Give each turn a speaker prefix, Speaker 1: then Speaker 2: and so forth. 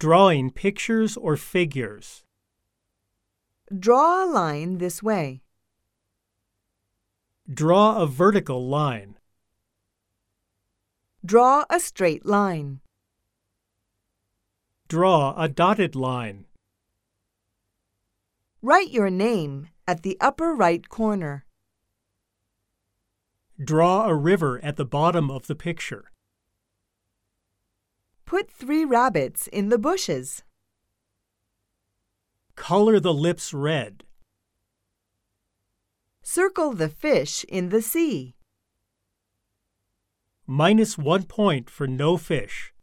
Speaker 1: Drawing pictures or figures.
Speaker 2: Draw a line this way.
Speaker 1: Draw a vertical line.
Speaker 2: Draw a straight line.
Speaker 1: Draw a dotted line.
Speaker 2: Write your name at the upper right corner.
Speaker 1: Draw a river at the bottom of the picture.
Speaker 2: Put three rabbits in the bushes.
Speaker 1: Color the lips red.
Speaker 2: Circle the fish in the sea.
Speaker 1: Minus one point for no fish.